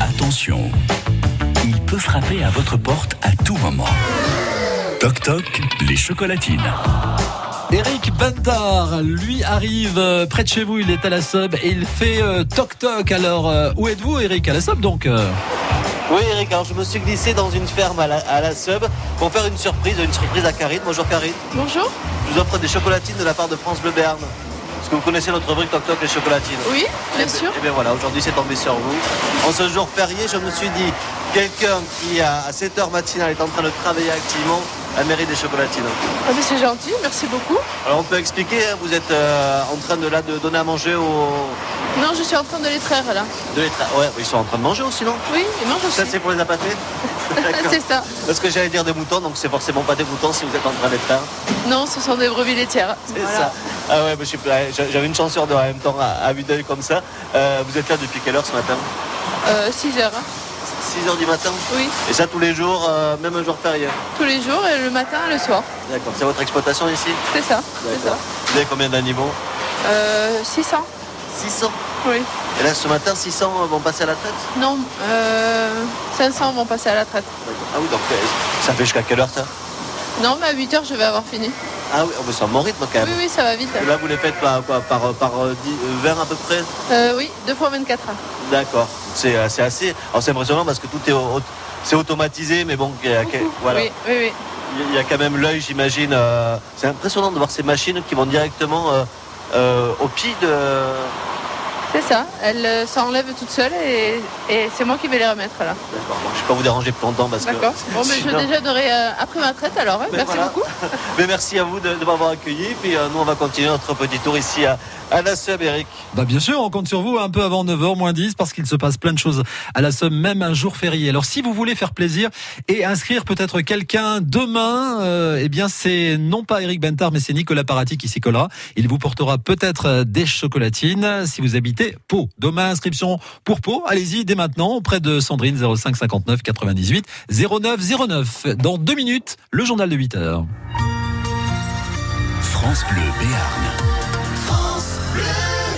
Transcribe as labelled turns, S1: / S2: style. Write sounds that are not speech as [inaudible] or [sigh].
S1: Attention, il peut frapper à votre porte à tout moment. Toc toc, les chocolatines.
S2: Eric Bandar, lui arrive euh, près de chez vous, il est à la sub et il fait euh, toc toc. Alors euh, où êtes-vous Eric À la sub donc euh
S3: Oui Eric, alors je me suis glissé dans une ferme à la, à la sub pour faire une surprise, une surprise à Karine. Bonjour Karine,
S4: Bonjour.
S3: je vous offre des chocolatines de la part de France Bleu Berne. Est-ce que vous connaissez notre rubrique Toc Toc les chocolatines
S4: Oui,
S3: Eh
S4: bien
S3: ben-
S4: sûr.
S3: Eh bien voilà, aujourd'hui c'est tombé sur vous. En ce jour férié, je me suis dit, quelqu'un qui à à 7h matinale est en train de travailler activement, a mérite des chocolatines.
S4: Ah, mais c'est gentil, merci beaucoup.
S3: Alors on peut expliquer, hein, vous êtes euh, en train de là de donner à manger aux...
S4: Non, je suis en train de les traire là.
S3: De les tra- ouais, ils sont en train de manger aussi, non
S4: Oui, ils mangent aussi.
S3: Ça c'est pour les
S4: [laughs]
S3: appâter D'accord.
S4: Ah, C'est ça.
S3: Parce que j'allais dire des moutons, donc c'est forcément pas des moutons si vous êtes en train d'être là.
S4: Non, ce sont des brebis laitières.
S3: C'est
S4: Voilà.
S3: ça. Ah ouais, mais je suis pas- j'a- j'avais une chance sur deux en même temps à, à vue d'œil comme ça. Euh, vous êtes là depuis quelle heure ce matin
S4: Euh, 6 heures. hein.
S3: 6 heures du matin
S4: Oui,
S3: Et ça tous les jours, euh, même un jour férié
S4: tous les jours, et le matin et le soir.
S3: D'accord. C'est votre exploitation ici
S4: C'est ça. C'est ça.
S3: Vous avez combien d'animaux
S4: Euh, 600.
S3: 600.
S4: Oui.
S3: Et là ce matin, 600 vont passer à la traite
S4: Non, euh, 500 vont passer à la traite.
S3: Ah oui, donc euh, ça fait jusqu'à quelle heure ça
S4: Non, mais à 8 heures, je vais avoir fini.
S3: Ah oui, on me sent mon rythme quand
S4: Oui,
S3: même.
S4: oui, ça va vite.
S3: Là vous les faites par, quoi, par, euh, par euh, 10, euh, 20 à peu près
S4: Euh, oui, 2 fois 24 heures.
S3: D'accord, c'est euh, c'est assez. Alors c'est impressionnant parce que tout est, au- au- c'est automatisé, mais bon, il y a, que- voilà.
S4: Oui, oui, oui.
S3: Il y a quand même l'œil, j'imagine. euh, c'est impressionnant de voir ces machines qui vont directement euh, euh, au pied de.
S4: C'est ça. Elles euh, s'enlèvent toutes seules et, et c'est moi qui vais les remettre là.
S3: D'accord, bon, je ne vais pas vous déranger plus longtemps parce que.
S4: D'accord. Bon, mais je
S3: sinon-
S4: déjeunerai euh, après ma traite alors. hein.
S3: Ben
S4: Merci
S3: voilà.
S4: beaucoup.
S3: Mais merci à vous de, de m'avoir accueilli. Puis euh, nous, on va continuer notre petit tour ici à, à la Sub, Eric.
S2: Bah bien sûr, on compte sur vous un peu avant 9h moins 10 parce qu'il se passe plein de choses à la somme, même un jour férié. Alors si vous voulez faire plaisir et inscrire peut-être quelqu'un demain, euh, eh bien c'est non pas Eric Bentard mais c'est Nicolas Parati qui s'y collera. Il vous portera peut-être euh, des chocolatines si vous habitez Pau. Demain, inscription pour Pau. Allez-y dès maintenant auprès de Sandrine 05 59 98 09 09. Dans deux minutes, le journal de 8h.
S1: France Bleu Béarn.